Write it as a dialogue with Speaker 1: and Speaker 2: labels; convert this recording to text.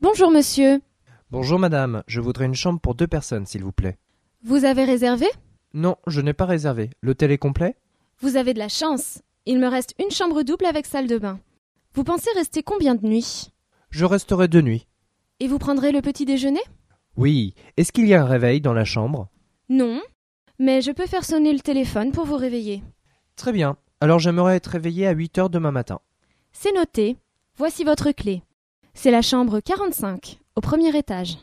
Speaker 1: Bonjour monsieur,
Speaker 2: Bonjour madame, je voudrais une chambre pour deux personnes, s'il vous plaît.
Speaker 1: vous avez réservé
Speaker 2: Non, je n'ai pas réservé. L'hôtel est complet
Speaker 1: Vous avez de la chance. Il me reste une chambre double avec salle de bain. Vous pensez rester combien de nuits
Speaker 2: Je resterai deux nuits.
Speaker 1: Et vous prendrez le petit déjeuner
Speaker 2: Oui. Est-ce qu'il y a un réveil dans la chambre
Speaker 1: Non, mais je peux faire sonner le téléphone pour vous réveiller.
Speaker 2: Très bien. Alors j'aimerais être réveillé à 8 heures demain matin.
Speaker 1: C'est noté. Voici votre clé. C'est la chambre 45, au premier étage.